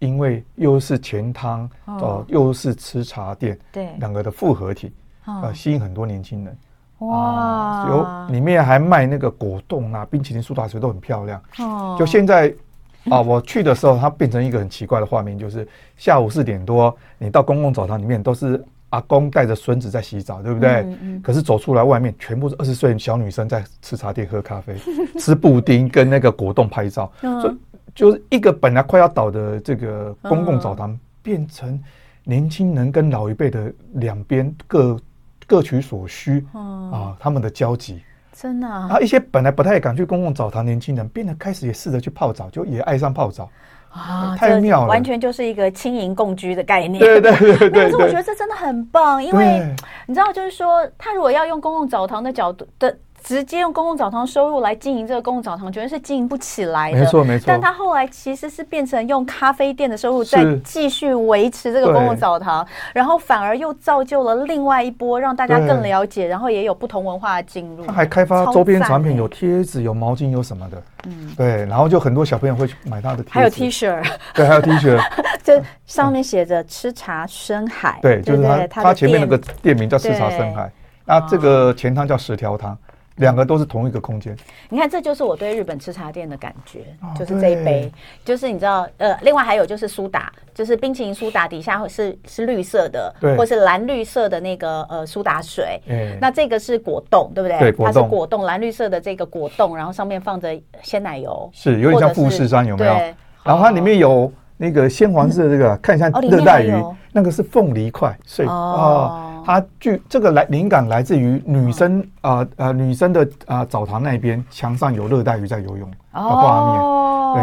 S2: 因为又是钱汤，
S1: 哦
S2: 哦，又是吃茶店，
S1: 对
S2: 两个的复合体，
S1: 哦
S2: 呃，吸引很多年轻人。啊
S1: 哇
S2: 有里面还卖那个果冻啊、冰淇淋、苏打水都很漂亮。
S1: 哦
S2: 就现在啊，我去的时候，它变成一个很奇怪的画面，就是下午四点多，你到公共澡堂里面都是阿公带着孙子在洗澡，对不对
S1: 嗯嗯？
S2: 可是走出来外面，全部是二十岁的小女生在吃茶店、喝
S1: (laughs)
S2: 咖啡、吃布丁跟那个果冻拍照，
S1: 嗯
S2: 所以就是一个本来快要倒的这个公共澡
S1: 嗯
S2: 堂，变成年轻人跟老一辈的两边各各取所需
S1: 嗯
S2: 啊，他们的交集。
S1: 真的啊
S2: 啊，一些本来不太敢去公共澡堂年轻人，变得开始也试着去泡澡，就也爱上
S1: (laughs)
S2: 泡澡。
S1: 啊
S2: 太
S1: 这
S2: 妙了
S1: 完全就是一个轻盈共居的概念。
S2: 对对对对
S1: 没有可是我觉
S2: 对
S1: 得这真的很棒，因为
S2: 对
S1: 你知道，就是说，他如果要用公共澡堂的角度的，直接用公共澡堂收入来经营这个公共澡堂，绝哎对是经营不起来的。
S2: 没错没错
S1: 但他后来其实是变成用咖啡店的收入再
S2: 是
S1: 继续维持这个公共澡堂，然后反而又造就了另外一波，让大家
S2: 对
S1: 更了解，然后也有不同文化的进入。
S2: 他还开发
S1: 超
S2: 周边
S1: 赞
S2: 产品，
S1: 欸
S2: 有贴纸、有毛巾、有什么的。嗯，对，然后就很多小朋友会去买他的贴纸，
S1: 还有 T 恤，
S2: 对，还有 T
S1: (laughs)
S2: 恤，
S1: 这上面写着“吃茶深海”，
S2: 嗯对，就
S1: 不
S2: 是他
S1: 对的
S2: 他前面那
S1: 店
S2: 个店名叫四茶
S1: 对哦
S2: 深海，那这个前汤叫十条汤，两个都是同一个空间。
S1: 你看，这就是我对日本吃茶店的感觉，
S2: 哦
S1: 就是这一
S2: 对
S1: 杯，就是你知道，呃，另外还有就是苏打，就是冰淇淋苏打底下会是是绿色的，
S2: 对
S1: 或是蓝绿色的那个呃苏打水。
S2: 哎
S1: 那这个是果冻，对不对？
S2: 对果
S1: 它
S2: 冻
S1: 是果冻，蓝绿色的这个果冻，然后上面放着鲜奶油，
S2: 是有点像
S1: 或者是
S2: 富士山，有没有
S1: 对？哦
S2: 然后它里面有那个鲜黄色的这个，看一下
S1: 哦里面
S2: 热带
S1: 还
S2: 鱼
S1: 有，
S2: 那个是凤梨块碎
S1: 哦
S2: 哦。它据这个来灵感来自于女生
S1: 哦
S2: 啊呃女生的啊澡堂那边墙上有热带鱼在游泳的
S1: 哦
S2: 画面，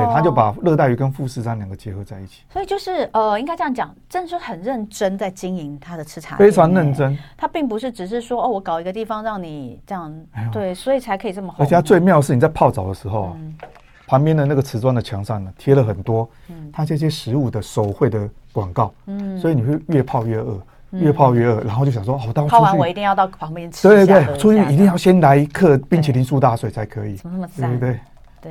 S2: 对，他就把热带鱼跟富士山两个结合在一起，
S1: 所以就是呃，应该这样讲，真的是很认真在经营他的吃茶店，
S2: 非常认。真。
S1: 他并不是只是说哦，我搞一个地方让你这样
S2: 哎，呦
S1: 对，所以才可以这么红。
S2: 而且它最妙的是你在泡澡的时候
S1: 嗯
S2: 啊，旁边的那个瓷砖的墙上呢贴了很多
S1: 嗯
S2: 它这些食物的手绘的广告，所以你会越泡越饿，越泡越饿，然后就想说，哦好，当
S1: 嗯泡
S2: 出
S1: 完我
S2: 去
S1: 一定要到旁边吃一下。喝一
S2: 对对
S1: 下
S2: 对，出去一定要先来一客冰淇淋苏打水才可以。
S1: 怎么那么
S2: 对
S1: 赞？
S2: 对对，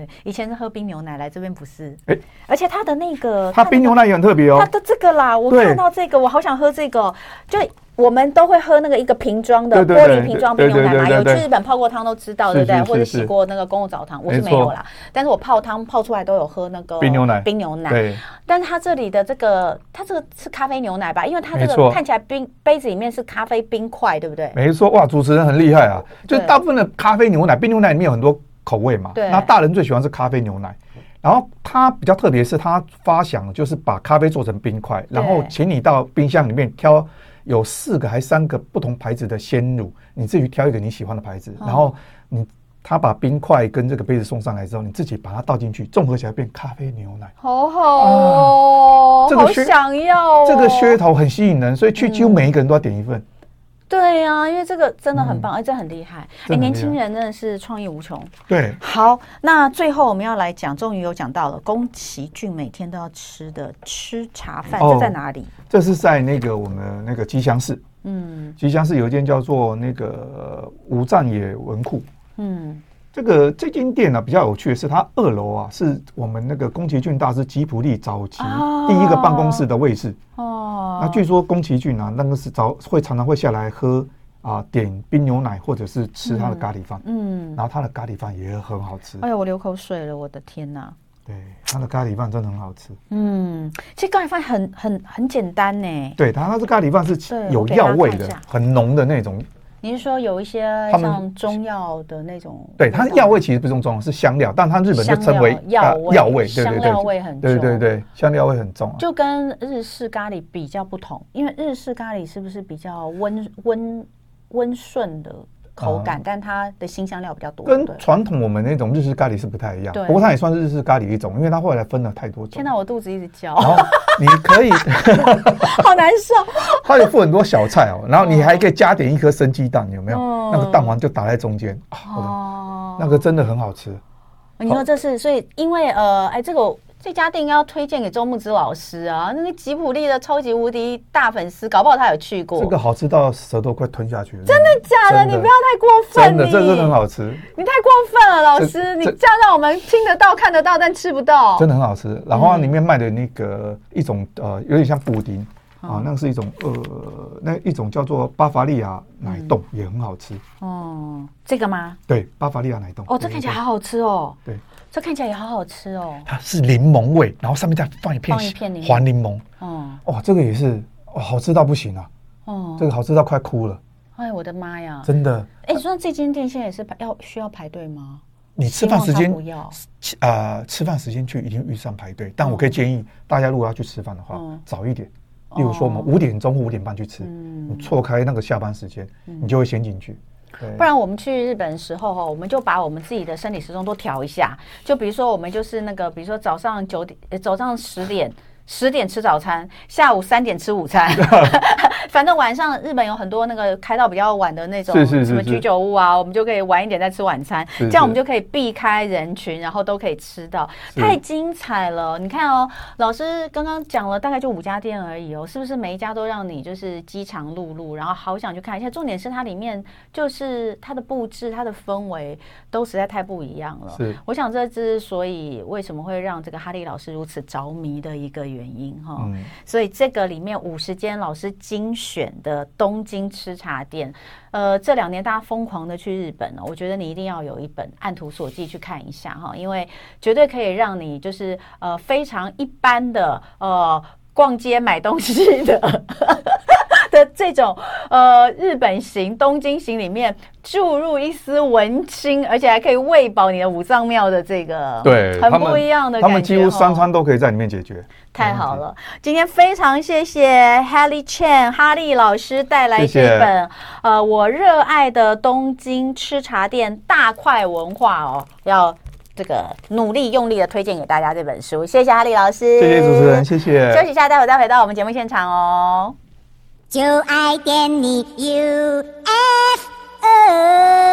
S1: 对，以前是喝冰牛奶，来这边不是。
S2: 哎
S1: 而且它的那个，
S2: 它冰牛奶也很特别哦
S1: 它，的这个啦，我
S2: 对
S1: 看到这个，我好想喝这个哦。就我们都会喝那个一个瓶装的
S2: 对
S1: 玻
S2: 对对
S1: 璃瓶装冰
S2: 对
S1: 牛奶嘛，
S2: 对对
S1: 有
S2: 对
S1: 去日本泡过汤都知道，对
S2: 是
S1: 不对？
S2: 是
S1: 或者
S2: 是
S1: 洗过那个公共澡堂，我是没
S2: 没错
S1: 有啦。但是我泡汤泡出来都有喝那个
S2: 冰牛奶
S1: 冰牛奶。
S2: 对，
S1: 但是它这里的这个，它这个是咖啡牛奶吧？因为它这
S2: 没
S1: 个
S2: 错
S1: 看起来冰杯子里面是咖啡冰块，对不对？
S2: 没错，哇，主持人很厉害啊！就
S1: 对
S2: 是大部分的咖啡牛奶、冰牛奶里面有很多口味嘛，
S1: 对
S2: 那大人最喜欢是咖啡牛奶。然后它比较特别是，它发想的就是把咖啡做成冰块，然后请你到冰箱里面挑有四个还三个不同牌子的鲜乳，你自己挑一个你喜欢的牌子，
S1: 哦
S2: 然后你他把冰块跟这个杯子送上来之后，你自己把它倒进去，综合起来变咖啡牛奶。
S1: 好好哦，
S2: 啊这个
S1: 好
S2: 噱
S1: 想要、哦、
S2: 这个噱头很吸引人，所以去几乎每一个人都要点一份。
S1: 对呀、因为这个真的很棒，哎、这很厉害，哎，
S2: 嗯真的很厉害
S1: 年轻人真的是创意无穷。
S2: 对，
S1: 好，那最后我们要来讲，终于有讲到了宫崎骏每天都要吃的吃茶饭，
S2: 哦
S1: 这在哪里？
S2: 这是在那个我们那个吉祥寺。
S1: 嗯
S2: 吉祥寺有一间叫做那个呃五藏野文库。
S1: 嗯，
S2: 这个这间店呢、比较有趣的是，它二楼啊是我们那个宫崎骏大师吉卜力早期
S1: 哦
S2: 第一个办公室的位置。
S1: 哦，
S2: 那据说宫崎骏啊，那个是早会常常会下来喝啊，点冰牛奶或者是吃他的咖喱饭，
S1: 嗯，
S2: 然后他的咖喱饭也很好吃。
S1: 哎呦，我流口水了，我的天哪！
S2: 对，他的咖喱饭真的很好吃。
S1: 嗯，其实咖喱饭很很很简单呢。
S2: 对，他他这咖喱饭
S1: 对
S2: 是
S1: 我
S2: 有
S1: 给大
S2: 药
S1: 家
S2: 味
S1: 看一
S2: 的
S1: 下，
S2: 很浓的那种。
S1: 你是说有一些
S2: 他们
S1: 像中药的那种味道？
S2: 对，它的药味其实不是中，是香料，但它日本就称为
S1: 嗯香料药味
S2: 呃药味，对对
S1: 香
S2: 对，
S1: 料味很重
S2: 对对对，香料味很重啊。
S1: 就跟日式咖喱比较不同，因为日式咖喱是不是比较温温温顺的口感，但它的辛香料比较多。
S2: 哦跟
S1: 对
S2: 传统我们那种日式咖喱是不太一样
S1: 对，
S2: 不过它也算是日式咖喱一种，因为它后来分了太多种
S1: 天。哪，我肚子一直叫，
S2: 然后你可以， (laughs)
S1: 好难受。
S2: 它有附很多小菜哦，然后你还可以加点一颗生鸡蛋，有没有
S1: 嗯？
S2: 那个蛋黄就打在中间，啊我的
S1: 哦，
S2: 那个真的很好吃。
S1: 你说这是，所以因为呃，哎，这个我这家店要推荐给周木之老师啊，那个吉普力的超级无敌大粉丝，搞不好他有去过。
S2: 这个好吃到舌头快吞下去了，真
S1: 真的假的？
S2: 真的
S1: 你不要太过分，
S2: 真的，
S1: 你
S2: 这真的很好吃，
S1: 你太过分了，老师，
S2: 这
S1: 你
S2: 这
S1: 这样让我们听得到、看得到，但吃不到。
S2: 真的很好
S1: 嗯
S2: 吃。然后它里面卖的那个一种呃，有点像布丁啊，那个是一种呃，那一种叫做巴伐利亚奶冻，
S1: 嗯
S2: 也很好吃。
S1: 哦，这个吗？
S2: 对，巴伐利亚奶冻。
S1: 哦，这看起来好好吃哦。
S2: 对，
S1: 这看起来也好好吃哦。
S2: 它是柠檬味，然后上面再放一片
S1: 放一片柠檬
S2: 黄柠檬。
S1: 哦
S2: 哇，这个也是哇，好吃到不行啊！这
S1: 哦，
S2: 个好吃到快哭了，
S1: 哎，我的妈呀！
S2: 真的。
S1: 哎，你说这间店现在也是排要需要排队吗？
S2: 你吃饭时
S1: 希
S2: 间
S1: 望它不要
S2: 吃呃，吃饭时间去一定遇上排队，但我可以建议大家，如果要去吃饭的话
S1: 嗯，
S2: 早一点。例如说，我们
S1: 哦
S2: 五点钟或五点半去吃，
S1: 嗯
S2: 你错开那个下班时间，你就会先进去。对
S1: 不然我们去日本的时候哈，我们就把我们自己的生理时钟都调一下。就比如说，我们就是那个，比如说早上九点，呃早上十点。十点吃早餐，下午三点吃午餐， (laughs) 反正晚上日本有很多那个开到比较晚的那种
S2: 是是是
S1: 什么
S2: 是
S1: 居酒屋啊，我们就可以晚一点再吃晚餐，
S2: 是
S1: 这样我
S2: 是
S1: 们就可以避开人群，然后都可以吃到，
S2: 是
S1: 太精彩了！你看哦，老师刚刚讲了大概就五家店而已哦，是不是每一家都让你就是饥肠辘辘，然后好想去看一下？重点是它里面就是它的布置、它的氛围都实在太不一样了。
S2: 是
S1: 我想这之所以为什么会让这个哈利老师如此着迷的一个原因哈、
S2: 嗯，
S1: 所以这个里面五十间老师精选的东京吃茶店，呃，这两年大家疯狂的去日本哦，我觉得你一定要有一本《按图索骥》去看一下哈，因为绝对可以让你就是呃非常一般的呃逛街买东西的 (laughs) 的这种呃日本行、东京行里面注入一丝文青，而且还可以喂饱你的五脏庙的这个
S2: 对，
S1: 很
S2: 他
S1: 不
S2: 们
S1: 一样的感觉
S2: 他们几乎
S1: 哦
S2: 三餐都可以在里面解决。
S1: 太好了！今天非常谢谢 Haley Chen 哈利老师带来这
S2: 谢谢
S1: 本呃我热爱的东京吃茶店大块文化哦，要这个努力用力的推荐给大家这本书。谢谢哈利老师，
S2: 谢谢主持人，。谢谢。
S1: 休息一下，待会儿再回到我们节目现场哦。
S3: 就爱点你 UFO。